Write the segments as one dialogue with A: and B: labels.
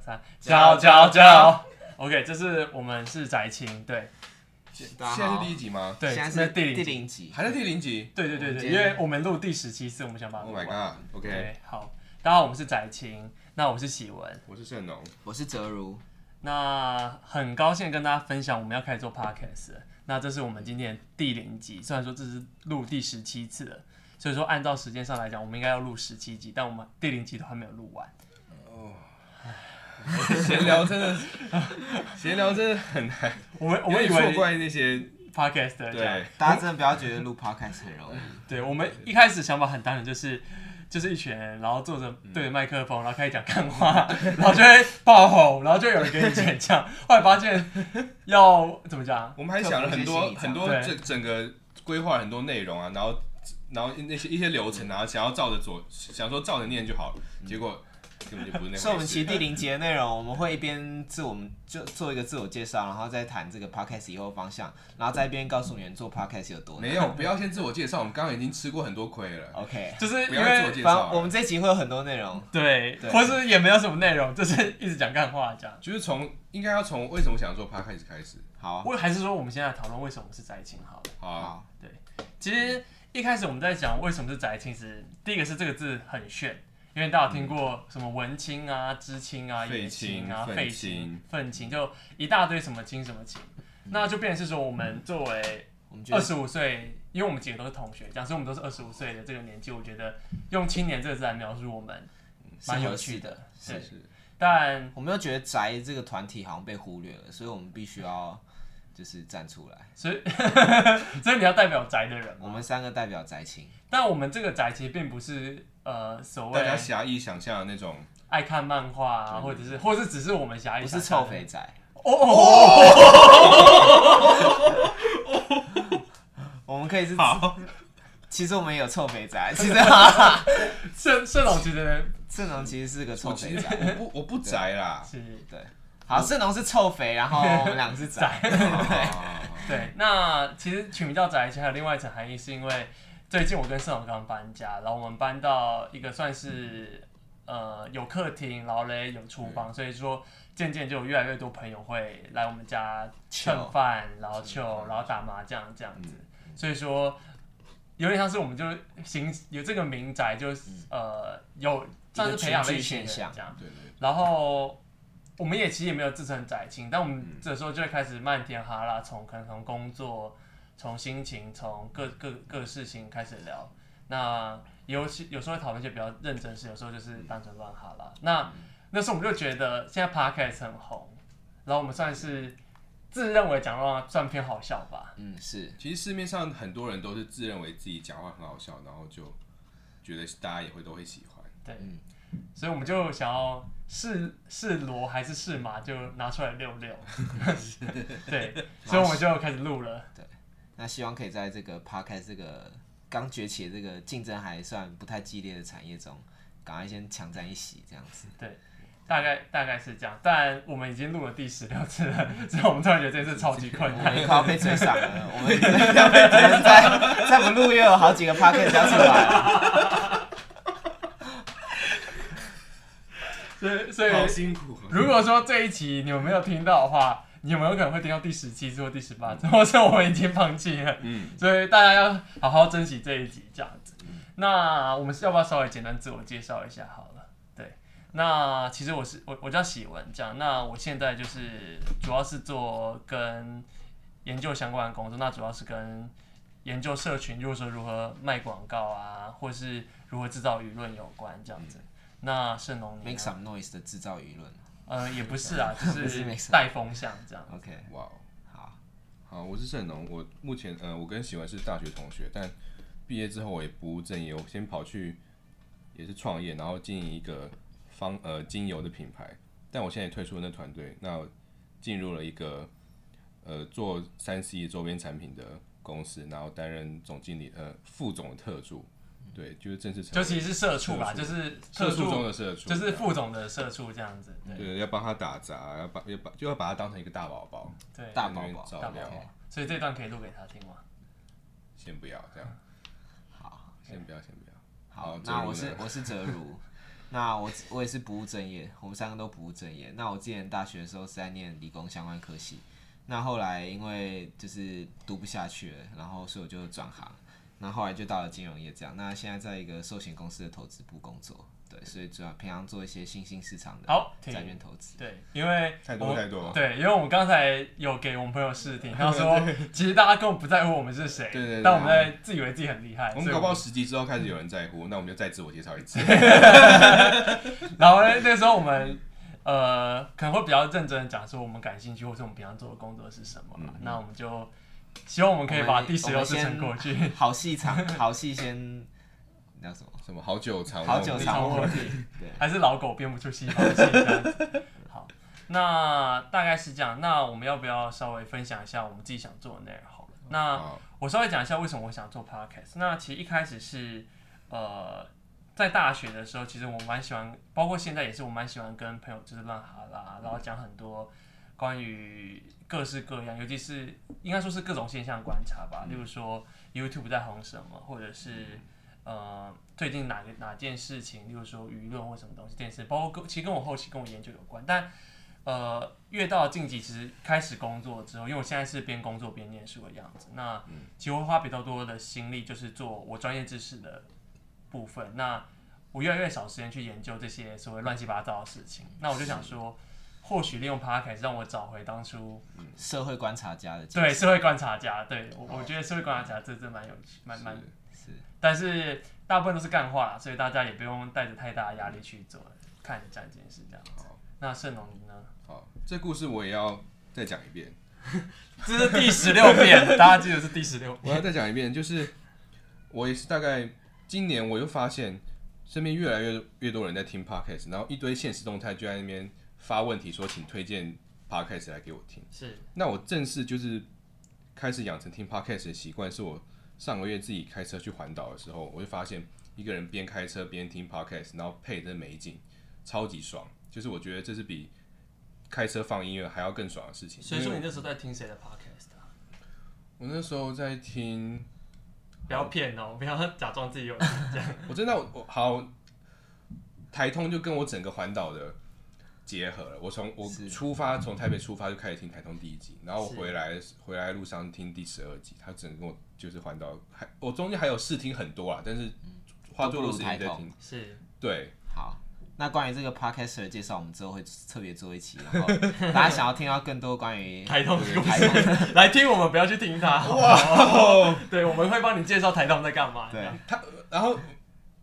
A: 三，交
B: 交交
A: 交
B: 交。
A: OK，这是我们是宅青，对
C: 大
B: 现
C: 家
B: 在
C: 好
B: 是第一集吗？
A: 对，
C: 现
A: 这
C: 在是
A: 第
C: 第
A: 零集，
C: 零集。
B: 还是第零集
A: 对对对对，
C: 今
A: 因
C: 天
A: 为我们录第十七次，我们想把它录
B: ？Oh
A: 完。
B: my god！OK，、
A: 对，好，大家好，我们是宅青，那我是喜文，
B: 我是盛 农，
C: 我是泽如，
A: 那很高兴跟大家分享，我们要开始做 podcast 了。那这是我们今天的第零集，虽然说这是录第十七次了，所以说按照时间上来讲，我们应该要录十七集，但我们第零集都还没有录完。
B: 闲聊真的，闲聊真的很难，
A: 我们我
B: 我
A: 们
B: 们
A: 以
B: 错
A: 为
B: 怪那些
A: podcast 的这样
B: 对，
C: 大家真的不要觉得录 podcast 很容易，
A: 对，我们一开始想法很单纯，就是就是一群人，然后坐着
B: 嗯
A: 对着麦克风，然后开始讲干话， 然后就会爆吼，然后就有人给你剪这样。后来发现要怎么讲？
B: 我们还想了很
C: 克服
B: 多
C: 一些心理
B: 很多
A: 障碍
B: 这整个规划很多内容啊，然后然后那些一些流程啊，想要照着做，想说照着念就好了，结果根本就不是那回事。
C: 嗯所以我们其实第零集的内容，我们会一边自我们就做一个自我介绍，然后再谈这个 podcast 以后方向，然后再一边告诉你们做 podcast 有多难。
B: 没有，不要先自我介绍，我们刚刚已经吃过很多亏了，
C: OK，
A: 就是
B: 不
A: 因
B: 要再自我
A: 为
B: 介
C: 反
B: 绍啊
C: 正我
B: 了
C: 们。这集会有很多内容，
A: 对，
C: 对
A: 或是也没有什么内容，就是一直讲干话这样。
B: 就是从应该要从为什么想做 p 开始开始，
C: 好啊，
A: 我还是说我们现在讨论为什么是宅青好了。
B: 好啊，
C: 好，
A: 其实一开始我们在讲为什么是宅青时，第一个是这个字很炫，因为大家有听过什么文青啊、知青啊、
B: 废
A: 野青啊、废
B: 青愤
A: 青
B: 青、
A: 愤青，就一大堆什么青什么青，那就变成是说我们作为
C: 我们觉
A: 二
B: 哦
C: 得
A: 十五岁，因为我们几个都是同学，讲说我们都是二十五岁的这个年纪，我觉得用青年这个字来描述我们蛮
C: 是
A: 有
C: 合
A: 趣
C: 适
A: 的
C: 的。
A: 对
B: 是是，
A: 但
C: 我们又觉得宅这个团体好像被忽略了，所以我们必须要就是站出来。
A: 所以所以你要代表宅的人
C: 我
A: 嘛？
C: 们三个代表宅青，
A: 但我们这个宅其实并不是呃所
B: 大
A: 谓
B: 家狭义想象的那种
A: 爱看漫画啊，或者是或是只是我们狭义
C: 不
A: 想
C: 是
A: 象
C: 臭
A: 的
C: 肥宅。
A: 哦哦，
C: 我们可以是
B: 好，
C: 其实我们也有臭肥 宅，其实
A: 盛盛龙其实
C: 盛龙其实是个臭
B: 我其
C: 肥
B: 实
C: 宅。
B: 我不我不宅 啦，
A: 是
C: 好，盛龙是臭肥，然后我们两个是 宅。
B: 对，
A: 对。那其实取名叫宅，其实还有另外一层含义，是因为最近我跟盛龙刚搬家，然后我们搬到一个算是呃有客厅，然后嘞有厨房，所以说渐渐就有越来越多朋友会来我们家蹭饭，然后
B: 吃
A: 球，
B: 饭
A: 然后打麻将这样子，所以说。有点像是我们就行有这个民宅就，是呃有算是培养了一群
C: 一
A: 人
C: 个群聚现象
A: 这样，
B: 对对，
A: 然后我们也其实也没有自称宅青，但我们这时候就会开始漫天哈拉，从可能从工作、从心情、从各各各事情开始聊。那有时有时候会讨论一些比较认真的事，有时候就是单纯乱哈拉。那那时候我们就觉得现在 podcast 很红，然后我们算是自认为讲乱话算偏好笑吧。
C: 嗯，是
B: 其实市面上很多人都是自认为自己讲话很好笑，然后就觉得大家也会都会喜欢，
A: 对，
C: 嗯
A: 所以我们就想要是是骡还是是马，就拿出来溜溜。对，所以我们就开始录了。
C: 那希望可以在这个 podcast 这个刚崛起的这个竞争还算不太激烈的产业中，赶快先抢占一席，这样子。
A: 大概大概是这样，但我们已经录了第十六次了，所以我们突然觉得这次超级
C: 我
A: 困难。
C: 们也快要被追上了，我们要被追上再再不录又有好几个 podcast 要出来了。
A: 所以所以，
B: 辛苦啊，
A: 如果说这一期你们没有听到的话，你们有可能会听到第十七次或第十八次，或是我们已经放弃了。
B: 嗯，
A: 所以大家要好好珍惜这一集这样子。那我们要不要稍微简单自我介绍一下好了？对，那其实我是我我叫喜文这样，那我现在就是主要是做跟研究相关的工作，那主要是跟研究社群，如果说如何卖广告啊，或是如何制造舆论有关这样子。那盛龙你
C: Make
A: 呢
C: some noise 的制造舆论。
A: 呃也不是啊，就
C: 不
A: 是
C: 是 make some-
A: 带风向这样。
C: OK，
B: 哇哦，
C: 好，
B: 好，我是盛农，我目前呃，我跟喜欢是大学同学，但毕业之后我也不务正业，我先跑去也是创业，然后经营一个方呃精油的品牌，但我现在也退出了那团队，那我进入了一个呃做三 C 周边产品的公司，然后担任总经理呃副总的特助，对，就是正式成
A: 就
B: 为
A: 其实是社畜吧，
B: 社畜
A: 就是
B: 社畜嗯中
A: 畜，
B: 的社畜，
A: 就是副总的社畜这样子。对。
B: 对，啊要帮他打杂，要把要把就要把他当成一个大宝宝，
A: 对，
C: 大
B: 在
C: 宝
B: 那边
C: 宝，
B: 照
A: 大宝
B: 料
A: 宝，所以这段可以录给他听吗？
B: 先不要这样，
C: 好。
B: 先不要，先不要。
C: 好
B: 好，
C: 那
B: 哲如
C: 我
B: 呢
C: 是我是哲如，那我我也是不务正业，我们三个都不务正业。那我之前大学的时候是在念理工相关科系，那后来因为就是读不下去了，然后所以我就转行，那后来就到了金融业这样。那现在在一个寿险公司的投资部工作，对，所以主要平常做一些新兴市场的
A: 好停
C: 债券投资。
A: 对，因为
B: 太多
A: 我
B: 太多了
A: 对，因为我们刚才有给我们朋友试听，他说其实大家根本不在乎我们是谁，
B: 对对对
A: 但我们在自以为自己很厉害，
B: 我
A: 所
B: 们
A: 以
B: 搞不好十集之后开始有人在乎，那我们就再自我介绍一次。
A: 然后呢，那时候我们呃可能会比较认真的讲说我们感兴趣或者我们平常做的工作是什么嘛，那我们就希望我们可以把第十六次撑过去。
C: 好戏场，好戏先那 叫什么？
B: 什么好久长
C: 好久
A: 场
C: 场
A: 卧
C: 卧
A: 底
C: 底，对，
A: 还是老狗编不出新东西这样子。好，那大概是这样。那我们要不要稍微分享一下我们自己想做的内容好了？那
B: 啊，
A: 我稍微讲一下为什么我想做 podcast。那其实一开始是呃，在大学的时候，其实我蛮喜欢，包括现在也是，我蛮喜欢跟朋友就是乱哈拉，然后讲很多关于各式各样，尤其是应该说是各种现象观察吧，例如说 YouTube 在红什么，或者是。呃，最近哪个哪件事情，例如说舆论或什么东西，这件事，包括跟其实跟我后期跟我研究有关，但呃，越到近期其实开始工作之后，因为我现在是边工作边念书的样子，那其实我会花比较多的心力就是做我专业知识的部分，那我越来越少时间去研究这些所谓乱七八糟的事情，那我就想说，或许利用 podcast 让我找回当初
C: 嗯社会观察家的精神
A: 对社会观察家，对我我觉得社会观察家这真的蛮有趣，蛮蛮
C: 是
A: 但是大部分都是干话啦，所以大家也不用带着太大的压力去做看这样一件事这样子。那盛龙你呢？
B: 好，这故事我也要再讲一遍，
A: 这是第十六遍，大家记得是第十六。
B: 我要再讲一遍，就是 我也是大概今年我又发现身边越来越越多人在听 podcast，然后一堆现实动态就在那边发问题说，请推荐 podcast 来给我听。
A: 是
B: 那我正式就是开始养成听 podcast 的习惯，是我上个月自己开车去环岛的时候，我就发现一个人边开车边听 podcast，然后配着美景，超级爽。就是我觉得这是比开车放音乐还要更爽的事情。
A: 所以
B: 因
A: 说
B: 为
A: 你那时候在听谁的 podcast 啊？
B: 我那时候在听，
A: 不要骗哦，不要假装自己有。
B: 我真的我我好，台通就跟我整个环岛的结合了。我从我
C: 是
B: 出发从台北出发就开始听台通第一集，然后我
A: 是
B: 回来回来路上听第十二集，他整个跟我就是环岛，还我中间还有试听很多啊，但是
A: 嗯
B: 花最多时间
C: 都
B: 在
C: 不如台
B: 听。
A: 是
B: 对，
C: 好。那关于这个 podcaster 的介绍，我们之后会特别做一期，然后大家想要听到更多关于
A: 台东的故
C: 台
A: 事，来听我们，不要去听 他。哇，哦 对，我们会帮你介绍台东在干嘛。
C: 对
B: 他然后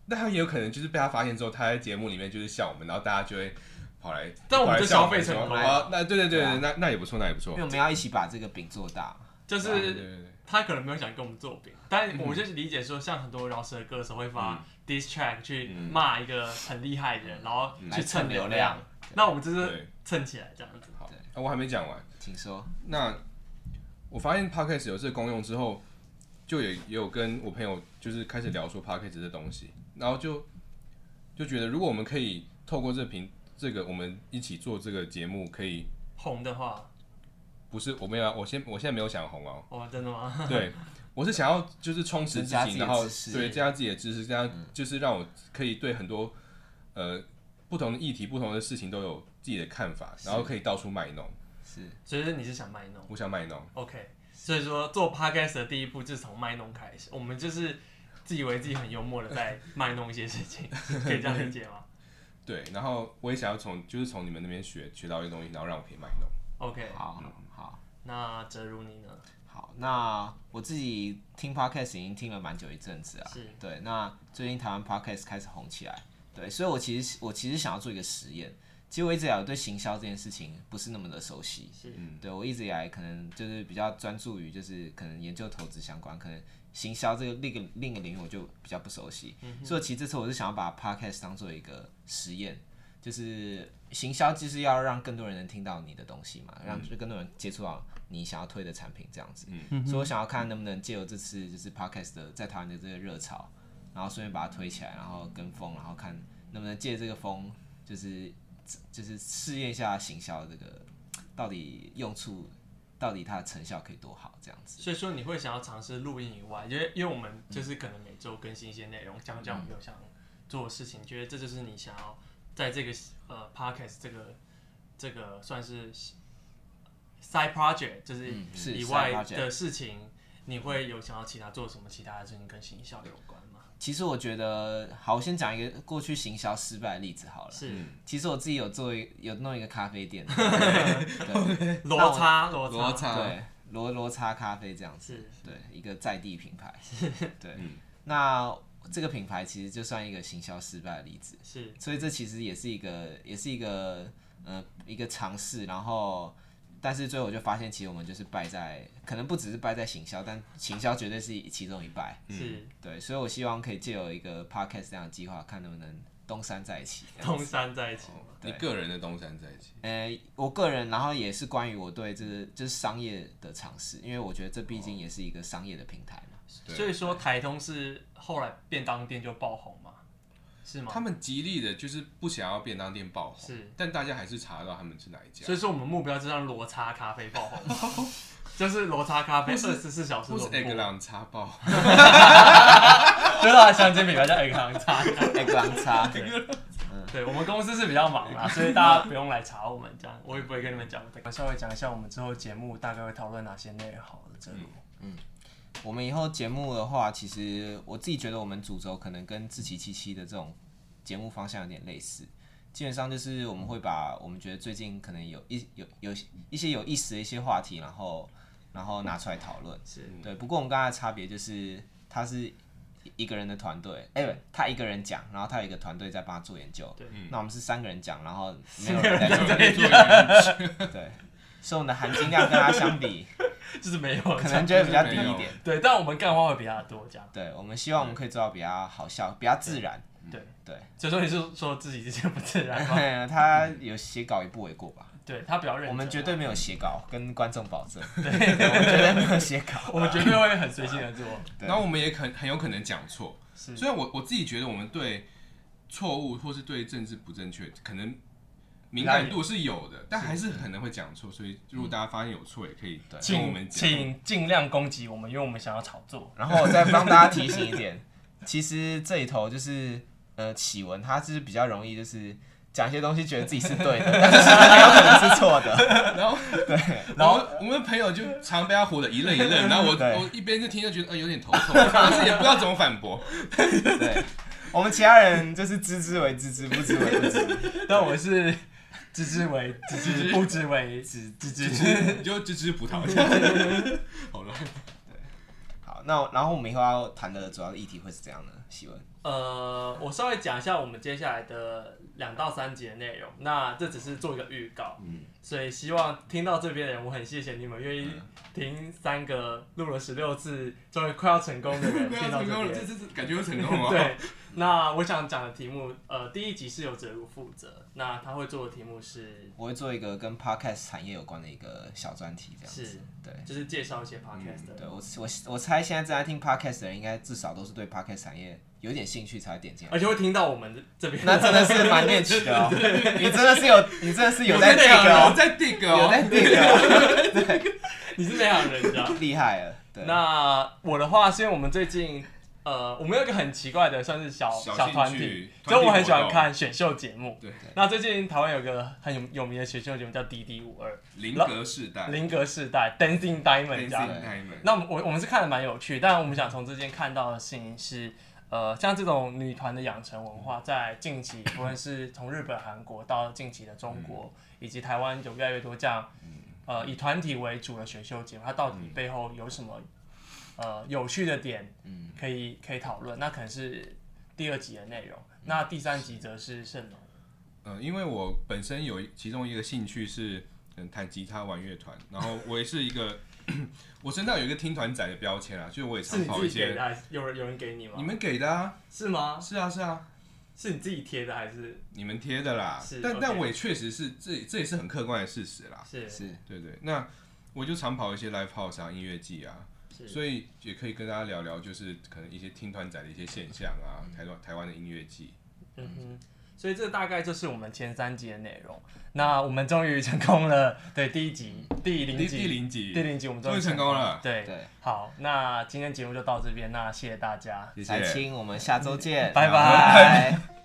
B: 那他也有可能就是被他发现之后，他在节目里面就是笑我们，然后大家就会跑来，
A: 但我们
B: 跑来
A: 就
B: 笑
A: 消费
B: 说
A: 成功了
B: 啊那对对对，
C: 对啊
B: 那那也不错，那也不错
C: 因为。我们要一起把这个饼做大。
A: 就
B: 对啊对
A: 是
B: 对对
A: 他可能没有想跟我们作饼，但我就理解说，像很多饶舌歌手会发 diss track 去骂一个很厉害的人，然后去嗯蹭流量。那我们就是
B: 对，
A: 蹭起来这样子。
B: 好，啊我还没讲完。
C: 请说，
B: 那我发现 podcast 有这个功用之后，就也也有跟我朋友就是开始聊说 podcast 这东西，然后就就觉得如果我们可以透过这频这个我们一起做这个节目，可以
A: 红的话，
B: 不是我没有啊我先我现在没有想 红哦，
A: 哦，真的吗？
B: 对。我是想要就是充实
C: 增
B: 自
C: 加自
B: 己，
C: 己的
B: 然后
C: 知识嗯
B: 对加自己的知识，这样就是让我可以对很多呃不同的议题、不同的事情都有自己的看法，然后可以到处卖弄。
C: 是
A: 所以说你是想卖弄
B: 我想卖弄，
A: ，OK？所以说做 podcast 的第一步就是从卖弄开始，我们就是自以为自己很幽默的在卖弄一些事 情，可以这样理解吗
B: 对，然后我也想要从就是从你们那边学学到一些东西，然后让我可以卖弄。
A: ？OK，
C: 好好
A: 那哲如你呢？
C: 好。那我自己听 podcast 已经听了蛮久一阵子啊，
A: 是
C: 对。那最近台湾 podcast 开始红起来，对，所以我其实我其实想要做一个实验。其实我一直以来我对行销这件事情不是那么的熟悉，
A: 是
C: 对我一直以来可能就是比较专注于就是可能研究投资相关，可能行销这个另一个另一个领域我就比较不熟悉，
A: 嗯
C: 所以其实这次我是想要把 podcast 当做一个实验，就是行销就是要让更多人能听到你的东西嘛，让更多人接触到你想要推的产品这样子，所以我想要看能不能借由这次就是 podcast 的在台湾的这个热潮，然后顺便把它推起来，然后跟风，然后看能不能借这个风就是就是试验一下行销这个到底用处，到底它的成效可以多好，这样子。
A: 所以说你会想要尝试录音以外，因为因为我们就是可能每周更新一些内容，讲讲我们有想做的事情，觉得这就是你想要在这个呃 podcast 这个这个算是 side project，就是
C: 嗯是
A: 以
C: side
A: 外
C: project
A: 的事情，你会有想要其他做什么其他的事情跟行销有关吗？
C: 其实我觉得，好，我先讲一个过去行销失败的例子好了。
A: 是
C: 其实我自己有做一有弄一个咖啡店，
A: 罗差罗
B: 罗
A: 差
B: 差
C: 对， 罗罗叉咖啡这样子，
A: 是
C: 对，一个在地品牌，对，那这个品牌其实就算一个行销失败的例子，
A: 是
C: 所以这其实也是一个也是一个呃一个尝试，然后但是最后我就发现，其实我们就是败在，可能不只是败在行销，但行销绝对是其中一败，
A: 是
C: 对，所以我希望可以借由一个 podcast 这样的计划，看能不能东山再起。
A: 东山再起
B: 哦
A: 吗？
B: 你个人的东山再起，
C: 呃，我个人，然后也是关于我对这就是商业的尝试，因为我觉得这毕竟也是一个商业的平台嘛。
B: 对
A: 所以说台通是后来便当店就爆红嘛？是吗？
B: 他们极力的就是不想要便当店爆红，
A: 是
B: 但大家还是查到他们是哪一家
A: 所。以说我们目标就是让罗差咖啡爆红，就是罗差咖啡二十四小时
B: 不是
A: 轮
B: egg
A: 播。
B: 浪插爆，
A: 对啊啦，香煎饼干叫 egg 差。
C: 哎，刚差，对
A: 对我们公司是比较忙啦，所以大家不用来查我们这样，我也不会跟你们讲。我稍微讲一下我们之后节目大概会讨论哪些内容好了，这里
C: 我们以后节目的话，其实我自己觉得我们主轴可能跟自奇七七的这种节目方向有点类似。基本上就是我们会把我们觉得最近可能有一有有一些有意思的一些话题，然后然后拿出来讨论。
A: 是
C: 对，不过我们刚才的差别就是，他是一个人的团队，哎、不，他一个人讲，然后他有一个团队在帮他做研究。
A: 对
C: 那我们是三个人讲，然后没有人在做。
B: 在做研究
C: 对，所以我们的含金量跟他相比，
A: 就是没有
C: 可能就会比较低
B: 没
C: 一
B: 有
C: 点。
A: 对，但我们干话会比较多这样。
C: 对，我们希望我们可以做到比较好笑，比较自然。
A: 对
C: 对，
A: 所以说你是说自己之前不自然吗？
C: 他有写稿也不为过吧？
A: 对他比较认真，啊
C: 我们绝对没有写稿，跟观众保证。 对，我们绝对没有写稿。
A: 我们绝对会很随性的 做。
C: 对
B: 然后我们也很很有可能讲错。
A: 是
B: 虽然我我自己觉得我们对错误或是对政治不正确可能敏感度是有的，但还是可能会讲错。所以如果大家发现有错，也可以跟我们
A: 请
B: 讲。
A: 请尽量攻击我们，因为我们想要炒作。
C: 然后我再帮大家提醒一点，其实这里头就是呃，启文他是比较容易就是讲一些东西，觉得自己是对的，但是实际上有可能是错的。
B: 然后
A: 然后
B: 我们我们的朋友就常被他唬得一愣一愣，然后我
C: 对
B: 我一边就听就觉得呃有点头痛， 但是也不知道怎么反驳。
C: 对，我们其他人就是知之为知之，不知为不知。
A: 但我是知之为知之，不知为知知
B: 只
A: 之。
B: 是你就只吃葡萄这样， 好了，
C: 好，那我然后我们以后要谈的主要议题会是怎样呢？希文，
A: 呃，我稍微讲一下我们接下来的两到三集的内容。那这只是做一个预告，
B: 嗯
A: 所以希望听到这边的人，我很谢谢你们愿意听三个录了十六次，终于快要成功的 人
B: 对
A: 听
B: 啊，
A: 到
B: 成
A: 这
B: 功了，这
A: 边。
B: 这这感觉又成 功了。
A: 对，那我想讲的题目，呃，第一集是由哲如负责，那他会做的题目是
C: 我会做一个跟 podcast 产业有关的一个小专题，这样子。
A: 是，
C: 对。嗯
A: 就是介绍一些 podcast 的人
C: 对我，我我猜现在正在听 podcast 的人，应该至少都是对 podcast 产业有点兴趣才会点进来。
A: 而且会听到我们这边。
C: 那真的是蛮猎奇的哦，你真的是有，你真的是有在这个
B: 有
C: 哦，
B: 在 dig
C: 有
B: 哦，
C: 在这个哦，
A: 你是那样人家。
C: 厉害了。 对，
A: 那我的话是因为我们最近，呃，我们有一个很奇怪的算是小
B: 小
A: 小团
B: 兴
A: 体
B: 趣，
A: 所以我很
B: 团体活动
A: 喜欢看选秀节目。
B: 对，
A: 那最近台湾有个很有有名的选秀节目叫《D D 五二
B: 林格世代》，
A: 林格世代 （Dancing Diamond）
B: Dancing
A: 这样。
B: Diamond
A: 那我们我我们是看的蛮有趣，但我们想从这件看到的事情是，呃，像这种女团的养成文化，在近期不论是从日本、韩国到近期的中国、以及台湾，有越来越多这样，呃，以团体为主的选秀节目，它到底背后有什么呃有趣的点，可以可以讨论。那可能是第二集的内容，那第三集则是圣龙，
B: 呃，因为我本身有一其中一个兴趣是嗯弹吉他、玩乐团，然后我也是一个 我身上有一个听团仔的标签啊，就是我也
A: 是
B: 常
A: 你
B: 跑
A: 自
B: 一
A: 己给
B: 些
A: 的，还啊是有人有人给你吗？
B: 你们给的啊，
A: 是吗？
B: 是啊是啊，
A: 是你自己贴的还是
B: 你们贴的啦
A: 是，
B: 但但
A: OK
B: 我也确实是这这也是很客观的事实啦，
A: 是
C: 是
B: 对对，那我就常跑一些 live house 啊、音乐季啊，
A: 是
B: 所以也可以跟大家聊聊，就是可能一些听团仔的一些现象啊，台湾台湾的音乐季，
A: 嗯哼，所以这大概就是我们前三集的内容。那我们终于成功了，对第一集、第零
B: 第第
A: 集、
B: 零集，
A: 第零集我们
B: 终
A: 于
B: 于成功了，
A: 对，
C: 对，
A: 好，那今天节目就到这边，那谢谢大家，
B: 谢
C: 彩
B: 谢。
C: 青，我们下周见，
A: 拜拜
C: 拜。